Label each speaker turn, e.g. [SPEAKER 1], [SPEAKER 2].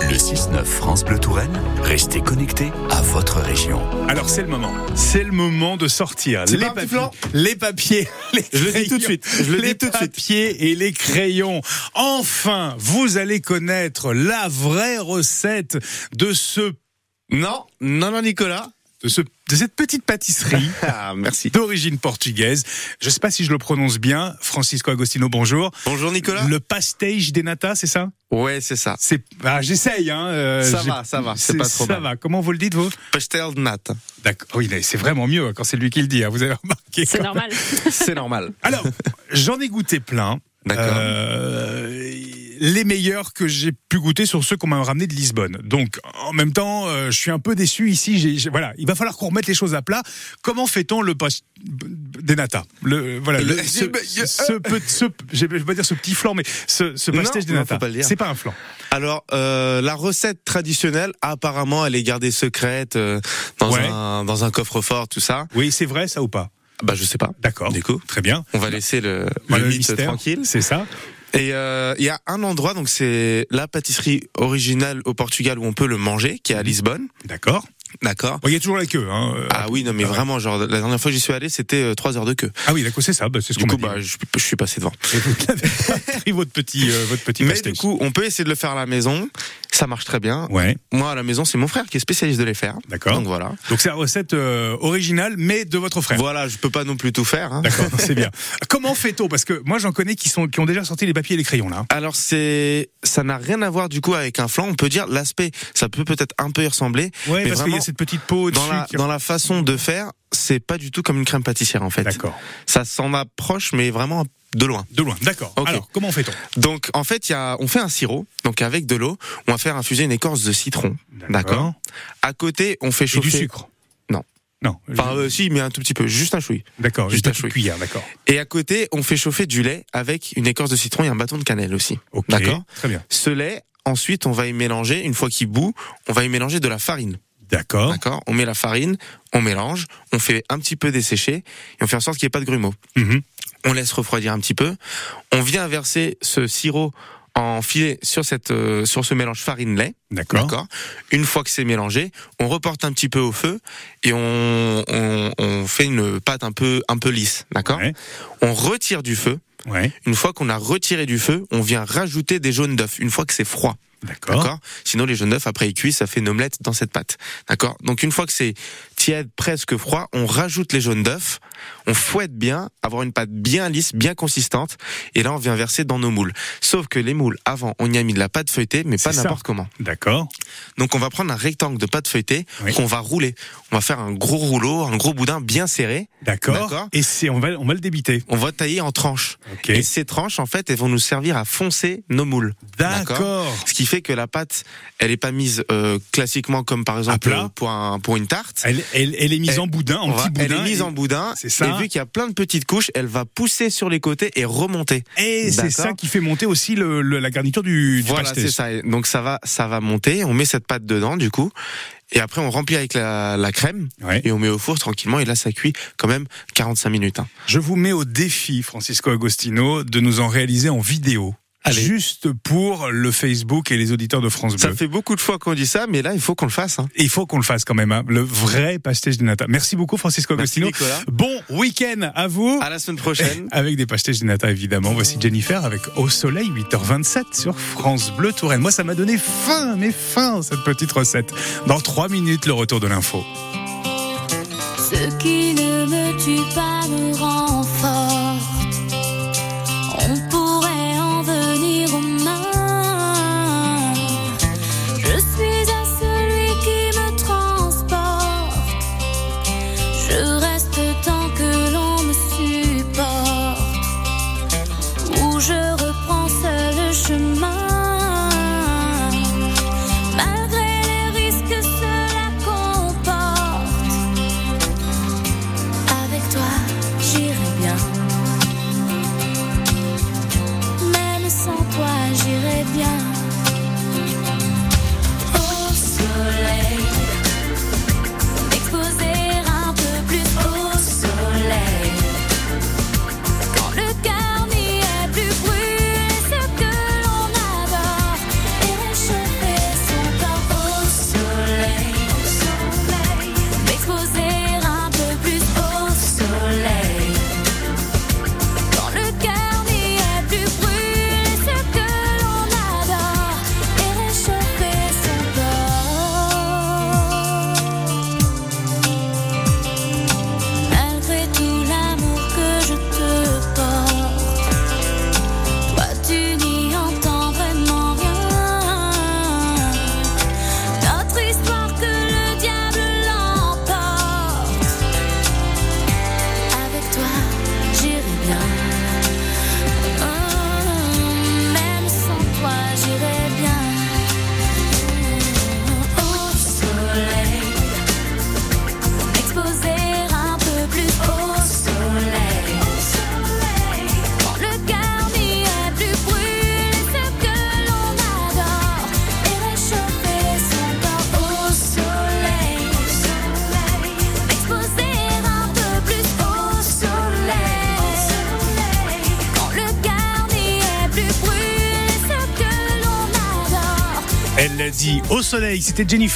[SPEAKER 1] 1069 France Bleu Touraine, restez connectés à votre région.
[SPEAKER 2] Alors c'est le moment. C'est le moment de sortir
[SPEAKER 3] C'est
[SPEAKER 2] les
[SPEAKER 3] parti,
[SPEAKER 2] papiers,
[SPEAKER 3] Flan.
[SPEAKER 2] les papiers, les
[SPEAKER 3] Je le dis
[SPEAKER 2] crayons,
[SPEAKER 3] tout de suite. Je le
[SPEAKER 2] les
[SPEAKER 3] dis tout de suite.
[SPEAKER 2] papiers et les crayons. Enfin, vous allez connaître la vraie recette de ce
[SPEAKER 3] Non, non, non, Nicolas.
[SPEAKER 2] de, ce- de cette petite pâtisserie
[SPEAKER 3] Ah, merci.
[SPEAKER 2] d'origine portugaise. Je ne sais pas si je le prononce bien. Francisco Agostino, bonjour.
[SPEAKER 3] Bonjour, Nicolas.
[SPEAKER 2] Le pastéis de nata, c'est ça
[SPEAKER 3] Ouais, c'est ça.
[SPEAKER 2] C'est ah, j'essaye hein. euh,
[SPEAKER 3] Ça
[SPEAKER 2] j'ai-
[SPEAKER 3] va, ça va, c'est pas trop
[SPEAKER 2] ça
[SPEAKER 3] mal.
[SPEAKER 2] va. Comment vous le dites vous
[SPEAKER 3] Pastel de nata.
[SPEAKER 2] D'accord. Oui, mais c'est vraiment mieux quand c'est lui qui le dit. hein, Vous avez remarqué.
[SPEAKER 4] C'est normal.
[SPEAKER 3] C'est normal.
[SPEAKER 2] Alors, j'en ai goûté plein.
[SPEAKER 3] D'accord.
[SPEAKER 2] Euh, les meilleurs que j'ai pu goûter sont ceux qu'on m'a ramenés de Lisbonne. Donc, en même temps, euh, je suis un peu déçu ici. J'ai- j'ai- voilà, il va falloir qu'on remette les choses à plat. Comment fait-on le post des nata Le voilà, le-
[SPEAKER 3] Le-
[SPEAKER 2] ce,
[SPEAKER 3] je-
[SPEAKER 2] ce pe- ce- je vais pas dire ce petit flan, mais ce, ce
[SPEAKER 3] Non,
[SPEAKER 2] pastéis des
[SPEAKER 3] non,
[SPEAKER 2] nata.
[SPEAKER 3] faut pas le dire.
[SPEAKER 2] C'est pas un flan.
[SPEAKER 3] Alors, euh, la recette traditionnelle, apparemment, elle est gardée secrète euh, dans,
[SPEAKER 2] Ouais.
[SPEAKER 3] un, dans un coffre-fort, tout ça.
[SPEAKER 2] Oui, c'est vrai ça ou pas
[SPEAKER 3] Bah, je sais pas.
[SPEAKER 2] D'accord.
[SPEAKER 3] Du coup,
[SPEAKER 2] Très bien.
[SPEAKER 3] on va laisser le,
[SPEAKER 2] Voilà
[SPEAKER 3] Bah, le mythe
[SPEAKER 2] mystère.
[SPEAKER 3] tranquille.
[SPEAKER 2] C'est ça.
[SPEAKER 3] Et euh, il y a un endroit, donc c'est la pâtisserie originale au Portugal où on peut le manger, qui est à Lisbonne.
[SPEAKER 2] D'accord.
[SPEAKER 3] D'accord.
[SPEAKER 2] Bon, Il y a toujours la queue. Hein. euh,
[SPEAKER 3] Ah oui, non, mais vraiment, genre, la dernière fois que j'y suis allé, c'était euh, trois heures de queue.
[SPEAKER 2] Ah oui, d'accord, c'est ça. bah, c'est ce
[SPEAKER 3] Du
[SPEAKER 2] qu'on
[SPEAKER 3] coup,
[SPEAKER 2] m'a
[SPEAKER 3] bah,
[SPEAKER 2] dit.
[SPEAKER 3] je, je suis passé devant.
[SPEAKER 2] Et vous n'avez pas pris votre petit, euh, votre petit
[SPEAKER 3] Mais
[SPEAKER 2] pastéis.
[SPEAKER 3] du coup, on peut essayer de le faire à la maison. Ça marche très bien.
[SPEAKER 2] Ouais,
[SPEAKER 3] Moi, à la maison, c'est mon frère qui est spécialiste de les faire.
[SPEAKER 2] D'accord.
[SPEAKER 3] Donc voilà.
[SPEAKER 2] donc c'est la recette euh, originale, mais de votre frère.
[SPEAKER 3] Voilà, je peux pas non plus tout faire. hein.
[SPEAKER 2] D'accord, c'est bien. Comment fait-on Parce que moi j'en connais qui, sont, qui ont déjà sorti les papiers et les crayons là.
[SPEAKER 3] Alors c'est, ça n'a rien à voir du coup avec un flan. On peut dire l'aspect, ça peut peut-être un peu y ressembler,
[SPEAKER 2] Ouais, parce
[SPEAKER 3] mais
[SPEAKER 2] qu'il y
[SPEAKER 3] vraiment
[SPEAKER 2] a cette petite peau dessus.
[SPEAKER 3] dans la
[SPEAKER 2] qui-
[SPEAKER 3] dans la façon de faire, c'est pas du tout comme une crème pâtissière en fait.
[SPEAKER 2] D'accord,
[SPEAKER 3] Ça s'en approche, mais vraiment de loin.
[SPEAKER 2] de loin. D'accord.
[SPEAKER 3] Ok.
[SPEAKER 2] Alors comment fait-on
[SPEAKER 3] Donc en fait, il y a, on fait un sirop. Donc avec de l'eau, on va faire infuser une écorce de citron. D'accord. À côté, on fait
[SPEAKER 2] Et
[SPEAKER 3] chauffer.
[SPEAKER 2] du sucre.
[SPEAKER 3] Non.
[SPEAKER 2] Non.
[SPEAKER 3] Enfin, euh, si, mais un tout petit peu, juste un chouï.
[SPEAKER 2] d'accord. Juste
[SPEAKER 3] juste un
[SPEAKER 2] une petite
[SPEAKER 3] chouï.
[SPEAKER 2] cuillère, d'accord.
[SPEAKER 3] Et à côté, on fait chauffer du lait avec une écorce de citron et un bâton de cannelle aussi.
[SPEAKER 2] Ok.
[SPEAKER 3] D'accord.
[SPEAKER 2] Très bien.
[SPEAKER 3] Ce lait, ensuite, on va y mélanger, une fois qu'il bout, on va y mélanger de la farine.
[SPEAKER 2] D'accord.
[SPEAKER 3] D'accord On met la farine, on mélange, on fait un petit peu dessécher et on fait en sorte qu'il n'y ait pas de grumeaux.
[SPEAKER 2] Mhm.
[SPEAKER 3] On laisse refroidir un petit peu. On vient verser ce sirop en filet sur, cette, euh, sur ce mélange farine-lait.
[SPEAKER 2] D'accord.
[SPEAKER 3] D'accord Une fois que c'est mélangé, on reporte un petit peu au feu et on, on, on fait une pâte un peu, un peu lisse. D'accord
[SPEAKER 2] Ouais.
[SPEAKER 3] On retire du feu.
[SPEAKER 2] Ouais.
[SPEAKER 3] Une fois qu'on a retiré du feu, on vient rajouter des jaunes d'œufs. Une fois que c'est froid.
[SPEAKER 2] D'accord.
[SPEAKER 3] D'accord Sinon, les jaunes d'œufs, après, ils cuisent, ça fait une omelette dans cette pâte. D'accord Donc, une fois que c'est tiède, presque froid, on rajoute les jaunes d'œufs, on fouette bien, avoir une pâte bien lisse, bien consistante, et là, on vient verser dans nos moules. Sauf que les moules, avant, on y a mis de la pâte feuilletée, mais
[SPEAKER 2] C'est
[SPEAKER 3] pas
[SPEAKER 2] ça.
[SPEAKER 3] n'importe comment.
[SPEAKER 2] D'accord.
[SPEAKER 3] Donc, on va prendre un rectangle de pâte feuilletée
[SPEAKER 2] Oui.
[SPEAKER 3] qu'on va rouler. On va faire un gros rouleau, un gros boudin bien serré.
[SPEAKER 2] D'accord.
[SPEAKER 3] D'accord.
[SPEAKER 2] Et c'est on va on va le débiter.
[SPEAKER 3] On va tailler en tranches.
[SPEAKER 2] Ok.
[SPEAKER 3] Et ces tranches, en fait, elles vont nous servir à foncer nos moules.
[SPEAKER 2] D'accord.
[SPEAKER 3] Ce qui fait que la pâte, elle est pas mise euh, classiquement comme par exemple
[SPEAKER 2] plat.
[SPEAKER 3] euh, pour, un, pour une tarte.
[SPEAKER 2] Elle, elle, elle est mise
[SPEAKER 3] Elle-
[SPEAKER 2] en boudin, en
[SPEAKER 3] On va-
[SPEAKER 2] petit boudin.
[SPEAKER 3] elle est mise en boudin.
[SPEAKER 2] c'est ça.
[SPEAKER 3] Et vu qu'il y a plein de petites couches, elle va pousser sur les côtés et remonter.
[SPEAKER 2] Et c'est
[SPEAKER 3] D'accord.
[SPEAKER 2] ça qui fait monter aussi le, le- la garniture du, du
[SPEAKER 3] voilà,
[SPEAKER 2] pastéis.
[SPEAKER 3] c'est ça. Et Donc ça va, ça va monter. On met cette pâte dedans du coup. Et après, on remplit avec la, la crème
[SPEAKER 2] Ouais.
[SPEAKER 3] et on met au four tranquillement. Et là, ça cuit quand même 45 minutes. hein.
[SPEAKER 2] Je vous mets au défi, Francisco Agostino, de nous en réaliser en vidéo.
[SPEAKER 3] Allez.
[SPEAKER 2] Juste pour le Facebook et les auditeurs de France
[SPEAKER 3] Ça
[SPEAKER 2] Bleu.
[SPEAKER 3] fait beaucoup de fois qu'on dit ça, mais là, il faut qu'on le fasse. hein.
[SPEAKER 2] Il faut qu'on le fasse quand même, hein. le vrai pastéis de nata. Merci beaucoup, Francisco
[SPEAKER 3] Merci,
[SPEAKER 2] Agostino.
[SPEAKER 3] Nicolas.
[SPEAKER 2] Bon week-end à vous.
[SPEAKER 3] À la semaine prochaine.
[SPEAKER 2] Avec des pastéis de nata, évidemment. Voici Jennifer avec Au Soleil, 8h27 sur France Bleu Touraine. Moi, ça m'a donné faim, mais faim, cette petite recette. Dans trois minutes, le retour de l'info.
[SPEAKER 5] Ce qui ne me tue pas me rend forte. On pourrait en venir aux mains. Je suis à celui qui me transporte. Je reste tant que l'on me supporte. Ou je reprends seul le chemin. Malgré les risques que cela comporte. Avec toi, j'irai Oh, Oh,
[SPEAKER 2] Elle l'a dit au soleil, c'était Jennifer.